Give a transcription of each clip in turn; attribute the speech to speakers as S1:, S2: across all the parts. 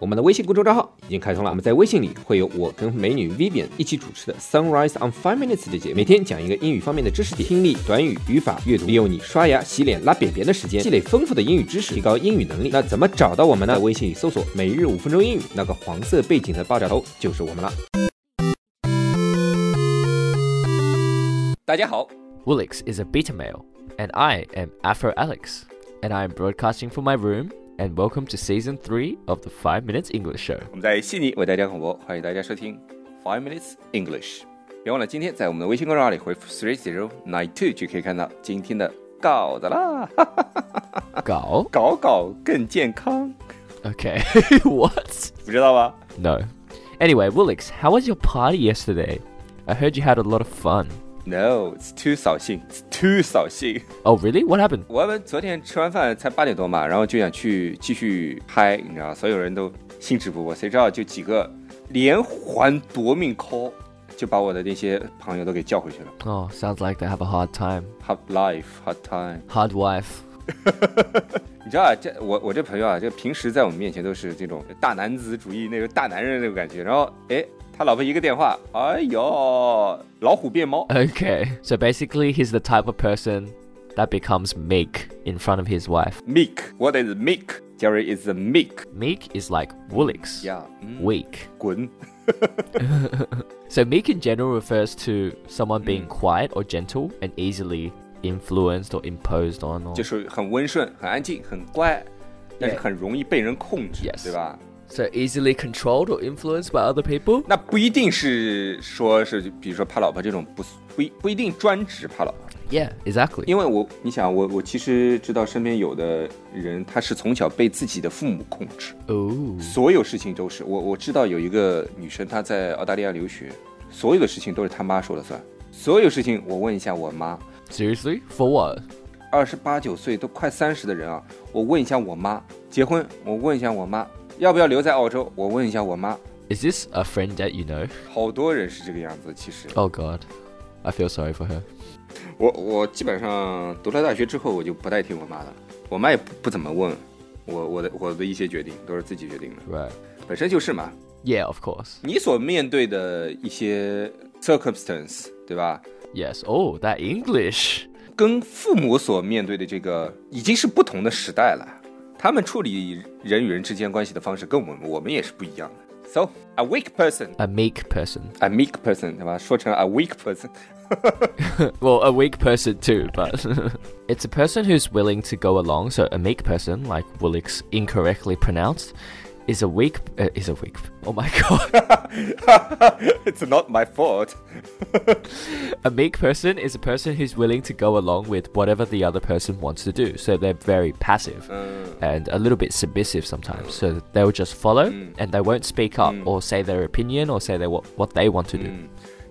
S1: 我们的微信公众账号已经开通了，我们在微信里会有我跟美女 Vivian 一起主持的 Sunrise on Five Minutes 的节目，每天讲一个英语方面的知识点，听力、短语、语法、阅读，利用你刷牙、洗脸、拉便便的时间，积累丰富的英语知识，提高英语能力。那怎么找到我们呢？在微信里搜索“每日五分钟英语”，那个黄色背景的爆炸头就是我们了。大家好，
S2: Woolix is a beta male, and I am Afro Alex, and I am broadcasting from my room. And welcome to season three of the Five Minutes English Show.
S1: 我们在悉尼为大家广播，欢迎大家收听 Five Minutes English。别忘了今天在我们的微信公众号里回复 three zero nine two 就可以看到今天的稿子啦，
S2: Gal.
S1: 搞搞更健康，
S2: Okay. what?
S1: 不知道吧？
S2: No. Anyway, Woolix, how was your party yesterday? I heard you had a lot of fun.
S1: No, it's too 扫兴，it's too 扫兴。
S2: Oh, really? What happened?
S1: 我们昨天吃完饭才八点多嘛，然后就想去继续嗨，你知道，所有人都兴致勃勃，谁知道就几个连环夺命 call，就把我的那些朋友都给叫回去了。
S2: Oh, sounds like they have a hard time.
S1: Hard life, hard time。
S2: Hard wife.
S1: 你知道啊，这我我这朋友啊，这平时在我们面前都是这种大男子主义那种大男人那种感觉，然后哎，他老婆一个电话，哎呦，老虎变猫。
S2: Okay. So basically, he's the type of person that becomes meek in front of his wife.
S1: Meek, what is meek? Jerry is a meek.
S2: Meek is like Woolix.
S1: Yeah，嗯
S2: Weak.
S1: 滚。
S2: So meek in general refers to someone being quiet or gentle and easily influenced or imposed on. Or...
S1: 就是很温顺、很安静、很乖，但是很容易被人控制
S2: Yes
S1: 对吧？
S2: So easily controlled or influenced by other people.
S1: 那不一定是说是，比如说怕老婆这种不不一不一定专指怕老婆，
S2: Yeah, exactly.
S1: 因为我你想我我其实知道身边有的人他是从小被自己的父母控制，
S2: Oh,
S1: 所有事情都是我我知道有一个女生她在澳大利亚留学，所有的事情都是她妈说了算，所有事情我问一下我妈，
S2: seriously? For what?
S1: 二十八九岁都快三十的人啊，我问一下我妈，结婚我问一下我妈，要不要留在澳洲，我问一下我妈。
S2: Is this a friend that you know?
S1: 好多人是这个样子，其实
S2: Oh God, I feel sorry for her.
S1: 我我基本上读了大学之后，我就不太听我妈的，我妈也不不怎么问我我的我的一些决定都是自己决定的，
S2: Right.
S1: 本身就是嘛。
S2: Yeah, of course.
S1: 你所面对的一些 circumstance，对吧？
S2: Yes. Oh, that English.
S1: 跟父母所面对的这个已经是不同的时代了，他们处理人与人之间关系的方式跟我们我们也是不一样的。So a weak person,
S2: A meek person.
S1: a meek person，对吧？说成 a weak person，
S2: Well, a weak person too, but it's a person who's willing to go along. So a meek person, like Woolix incorrectly pronounced, is a weak. Uh, is a weak. Oh my god.
S1: It's not my fault.
S2: a meek person is a person who's willing to go along with whatever the other person wants to do. So they're very passive and a little bit submissive sometimes. So they'll just follow and they won't speak up or say their opinion or say they what what they want to do.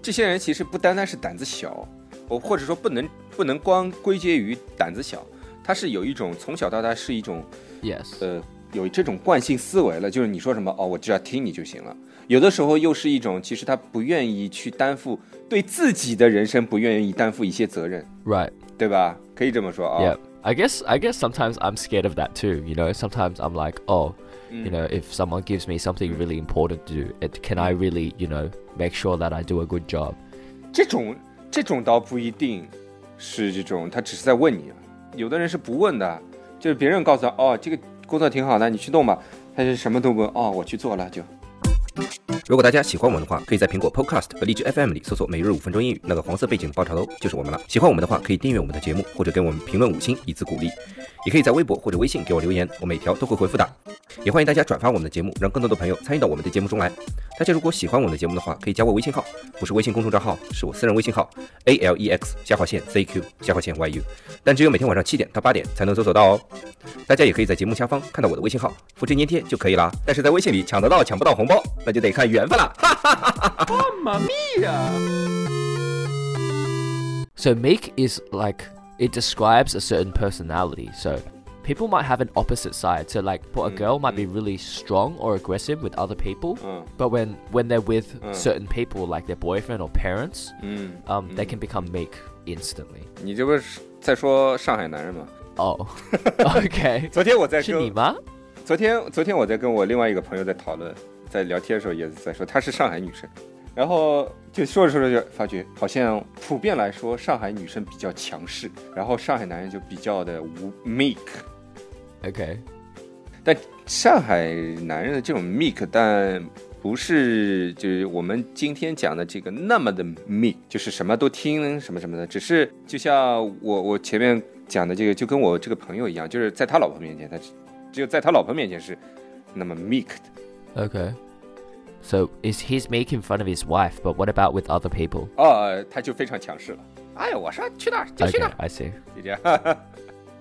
S1: 这些人其实不单单是胆子小，我或者说不能不能光归结于胆子小，他是有一种从小到大是一种
S2: Yes.
S1: 呃有这种惯性思维了，就是你说什么哦，我只要听你就行了。有的时候又是一种其实他不愿意去担负对自己的人生不愿意担负一些责任，
S2: Right.
S1: 对吧？可以这么说啊、
S2: Yeah. I guess I guess sometimes I'm scared of that too, you know. Sometimes I'm like, oh, you know, if someone gives me something really important to do, it can I really, you know, make sure that I do a good job?
S1: 这种这种倒不一定是这种，他只是在问你。啊有的人是不问的，就是别人告诉他哦，这个工作挺好的，你去弄吧。他是什么都不问哦，我去做了就。
S3: 如果大家喜欢我们的话，可以在苹果 Podcast 和荔枝 FM 里搜索“每日五分钟英语”，那个黄色背景的爆炒头就是我们了。喜欢我们的话，可以订阅我们的节目，或者给我们评论五星以资鼓励。也可以在微博或者微信给我留言，我每条都会回复的。也欢迎大家转发我们的节目，让更多的朋友参与到我们的节目中来。大家如果喜欢我们的节目的话，可以加我微信号，不是微信公众账号，是我私人微信号 A L E X 下划线 Z Q 下划线 Y U，但只有每天晚上七点到八点才能搜索到哦。大家也可以在节目下方看到我的微信号，复制粘贴就可以啦。但是在微信里抢得到抢不到红包，那就得看缘分了。
S2: So meek is like it describes a certain personality. So people might have an opposite side. So like, but a girl might be really strong or aggressive with other people, but when when they're with certain people, like their boyfriend or parents, um, they can become meek instantly.
S1: 嗯你这不是在说上海男人吗？
S2: Oh, okay.
S1: 昨天我在
S2: 是你
S1: 跟
S2: 吗？
S1: 昨天昨天我在跟我另外一个朋友在讨论，在聊天的时候也在说她是上海女生，然后就说着说着就发觉好像普遍来说上海女生比较强势，然后上海男人就比较的无 meek，
S2: Okay.
S1: 但上海男人的这种 meek，但不是就是我们今天讲的这个那么的 meek，就是什么都听什么什么的，只是就像我我前面讲的这个，就跟我这个朋友一样，就是在他老婆面前，他只只有在他老婆面前是那么 meek 的。
S2: Okay. So is he's making fun of his wife, but what about with other people?
S1: 哦，他就非常强势了。哎，我说去哪儿就去
S2: Okay,
S1: 哪儿，
S2: I see.
S1: 就这样。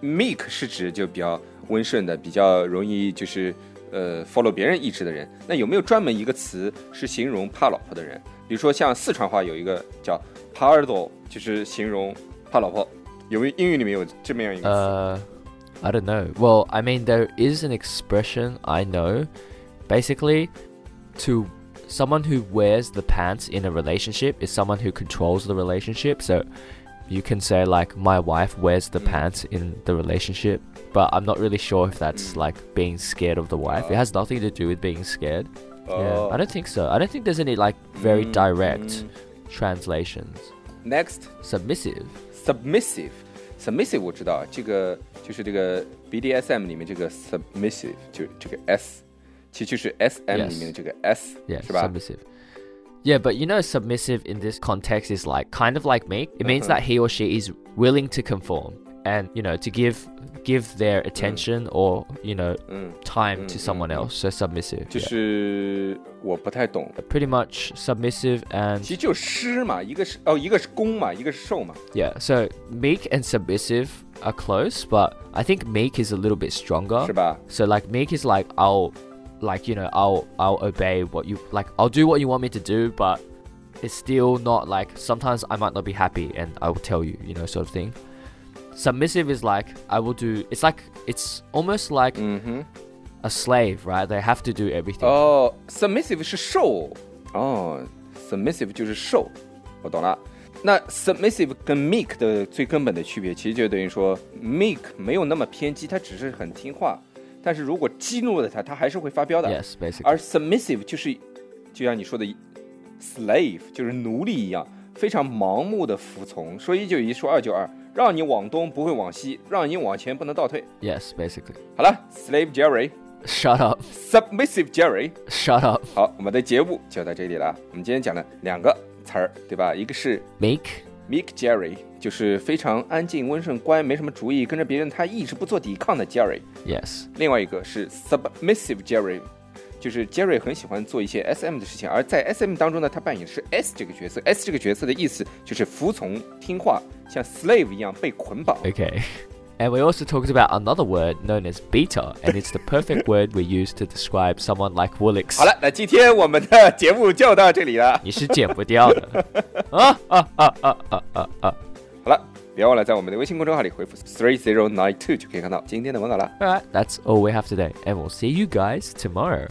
S1: meek 是指就比较温顺的，比较容易就是呃 follow 别人意志的人。那有没有专门一个词是形容怕老婆的人？比如说像四川话有一个叫 “pardo”，就是形容怕老婆。有没有英语里面有这么样一个词？
S2: Uh, I don't know. Well, I mean, there is an expression I know. Basically, to someone who wears the pants in a relationship is someone who controls the relationship. So you can say, like, my wife wears the pants in the relationship, but I'm not really sure if that's like being scared of the wife. it has nothing to do with being scared. Yeah, I don't think so. I don't think there's any like very direct translations.
S1: Next
S2: Submissive.
S1: submissive。submissive 我知道，这个就是这个 BDSM 里面这个 submissive，就这个 S，其实就是 SM
S2: Yes
S1: 里面的这个 S，、
S2: Yeah,
S1: 是吧？
S2: submissive. Yeah, but you know, submissive in this context is like kind of like meek. It means that he or she is willing to conform and you know to give give their attention or you know time to someone else. So submissive.
S1: 嗯就
S2: yeah.
S1: 是我不太懂，
S2: Pretty much submissive
S1: 其
S2: and
S1: 实就是狮嘛，一个是哦，一个是公嘛，一个是受嘛。
S2: yeah. So meek and submissive are close, but I think meek is a little bit stronger.
S1: 是吧？
S2: So like meek is like I'll like you know I'll I'll obey what you like I'll do what you want me to do, but it's still not like sometimes I might not be happy and I will tell you, you know, sort of thing. Submissive is like I will do. It's like it's almost like a slave, right? They have to do everything.
S1: 哦，submissive 是受，哦，submissive 就是受，我懂了。那 submissive 跟 meek 的最根本的区别，其实就等于说 meek 没有那么偏激，他只是很听话，但是如果激怒了他，他还是会发飙的。
S2: yes, basically.
S1: 而 submissive 就是，就像你说的，slave 就是奴隶一样，非常盲目的服从，说一就一，说二就二，让你往东不会往西，让你往前不能倒退。
S2: Yes, basically.
S1: 好了，slave Jerry，submissive
S2: Shut up.
S1: Jerry。
S2: Shut up.
S1: 好，我们的节目就到这里了。我们今天讲了两个词儿，对吧？一个是
S2: Meek.
S1: meek Jerry，就是非常安静、温顺、乖，没什么主意，跟着别人他一直不做抵抗的 Jerry。
S2: Yes.
S1: 另外一个是 submissive Jerry，就是 Jerry 很喜欢做一些 SM 的事情，而在 SM 当中呢，他扮演的是 S 这个角色。S 这个角色的意思就是服从、听话，像 slave 一样被捆绑。
S2: Okay. And we also talked about another word known as beta, and it's the perfect word we use to describe someone like Woolix.
S1: 好了，那今天我们的节目就到这里了。
S2: 你是剪不掉的。
S1: 好了，别忘了在我们的微信公众号里回复 three zero nine two 就可以看到今天的文稿了。
S2: Alright, that's all we have today, and we'll see you guys tomorrow.